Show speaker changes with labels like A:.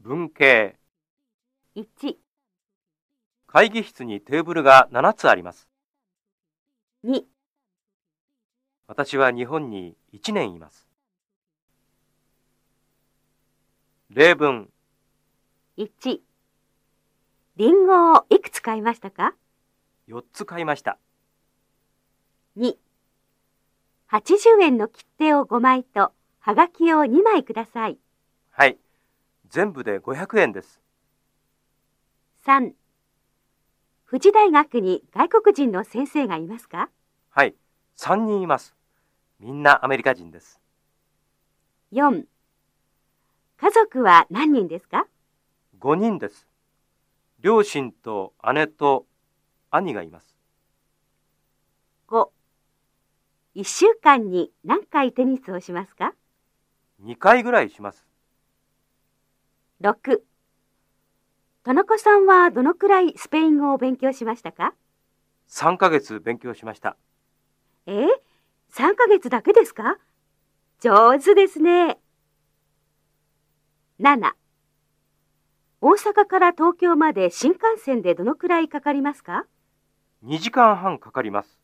A: 文系。
B: 1、
A: 会議室にテーブルが7つあります。
B: 2、
A: 私は日本に1年います。例文、
B: 1。リンゴをいくつ買いましたか
A: 4つ買いました。
B: ?2、80円の切手を5枚と、はがきを2枚ください。
A: はい。全部で500円です。
B: 3、富士大学に外国人の先生がいますか
A: はい。3人います。みんなアメリカ人です。
B: ?4、家族は何人ですか
A: 5人です。両親と姉と兄がいます。
B: ?5、1週間に何回テニスをしますか
A: 2回ぐらいします。
B: ?6、田中さんはどのくらいスペイン語を勉強しましたか
A: 3ヶ月勉強しました。
B: えー、3ヶ月だけですか上手ですね。7大阪から東京まで新幹線でどのくらいかかりますか
A: 2時間半かかります。